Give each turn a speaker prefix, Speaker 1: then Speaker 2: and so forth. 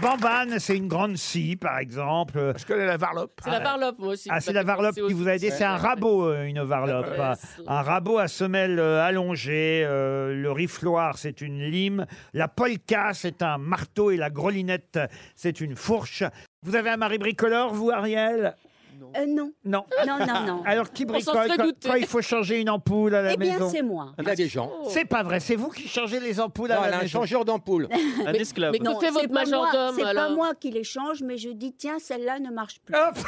Speaker 1: bambane, c'est une grande scie, par exemple.
Speaker 2: Je connais la varlope.
Speaker 3: C'est la varlope, moi aussi.
Speaker 1: Ah, c'est la varlope qui vous a aidé. C'est un rabot, euh, une varlope.
Speaker 3: Ouais,
Speaker 1: Un-
Speaker 3: c'est-
Speaker 1: Un rabot à semelle euh, allongée. euh, le rifloir, c'est une lime. La polka, c'est un marteau. Et la grelinette, c'est une fourche. Vous avez un mari bricoleur, vous, Ariel
Speaker 4: Euh, non,
Speaker 1: Non.
Speaker 4: non, non, non.
Speaker 1: Alors, qui
Speaker 3: s'en
Speaker 1: bricole
Speaker 3: serait
Speaker 1: quand,
Speaker 3: douté.
Speaker 1: quand il faut changer une ampoule à la
Speaker 4: eh bien,
Speaker 1: maison
Speaker 4: c'est moi.
Speaker 5: Il y en a des gens.
Speaker 1: C'est pas vrai, c'est vous qui changez les ampoules
Speaker 5: Non,
Speaker 1: à
Speaker 5: elle
Speaker 1: la
Speaker 5: a un
Speaker 1: maison.
Speaker 5: changeur d'ampoule.
Speaker 6: Un esclave.
Speaker 3: mais- Écoutez
Speaker 4: c'est
Speaker 3: votre
Speaker 4: pas moi-
Speaker 3: majordome,
Speaker 4: C'est pas
Speaker 3: alors.
Speaker 4: moi qui les change, mais je dis tiens, celle-là ne marche plus.
Speaker 1: Hop